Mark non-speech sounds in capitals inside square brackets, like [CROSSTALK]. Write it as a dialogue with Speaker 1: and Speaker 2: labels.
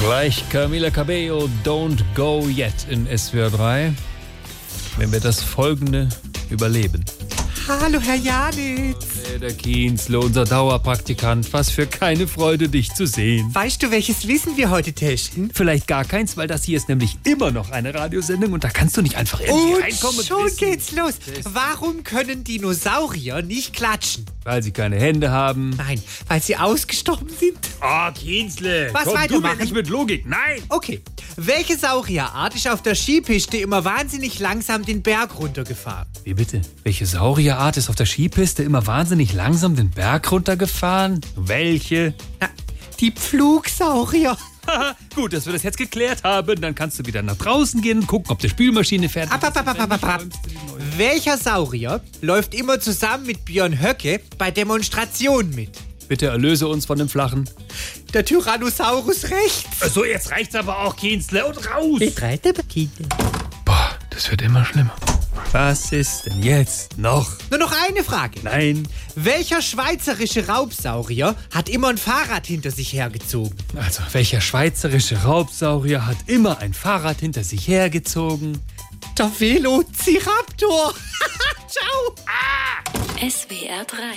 Speaker 1: Gleich Camila Cabello, Don't Go Yet in SWR 3, wenn wir das folgende überleben.
Speaker 2: Hallo, Herr Janitz.
Speaker 1: Der Kienzle, unser Dauerpraktikant, was für keine Freude, dich zu sehen.
Speaker 2: Weißt du, welches Wissen wir heute testen?
Speaker 1: Vielleicht gar keins, weil das hier ist nämlich immer noch eine Radiosendung und da kannst du nicht einfach irgendwie
Speaker 2: Und
Speaker 1: reinkommen. und
Speaker 2: schon
Speaker 1: wissen,
Speaker 2: geht's los. Warum können Dinosaurier nicht klatschen?
Speaker 1: Weil sie keine Hände haben.
Speaker 2: Nein, weil sie ausgestorben sind.
Speaker 1: Oh, Kienzle,
Speaker 2: Was komm du weitermachen? mir nicht
Speaker 1: mit Logik, nein.
Speaker 2: Okay, welche Saurierart ist auf der Skipiste immer wahnsinnig langsam den Berg runtergefahren?
Speaker 1: Wie bitte? Welche Saurierart ist auf der Skipiste immer wahnsinnig langsam den Berg runtergefahren? Welche?
Speaker 2: Na, die Pflugsaurier.
Speaker 1: Haha, [LAUGHS] Gut, dass wir das jetzt geklärt haben. Dann kannst du wieder nach draußen gehen und gucken, ob die Spülmaschine fertig
Speaker 2: Ab, ab, ab, ab, ab, ab, ab. Welcher Saurier läuft immer zusammen mit Björn Höcke bei Demonstrationen mit?
Speaker 1: ist. Bitte erlöse uns von dem Flachen.
Speaker 2: Der Tyrannosaurus rechts.
Speaker 1: So, jetzt reicht's aber auch, Kienzle, und raus!
Speaker 2: Betreite Kinder.
Speaker 1: Boah, das wird immer schlimmer. Was ist denn jetzt noch?
Speaker 2: Nur noch eine Frage.
Speaker 1: Nein.
Speaker 2: Welcher schweizerische Raubsaurier hat immer ein Fahrrad hinter sich hergezogen?
Speaker 1: Also, welcher schweizerische Raubsaurier hat immer ein Fahrrad hinter sich hergezogen?
Speaker 2: Der [LAUGHS] Velociraptor. Ciao.
Speaker 3: SWR 3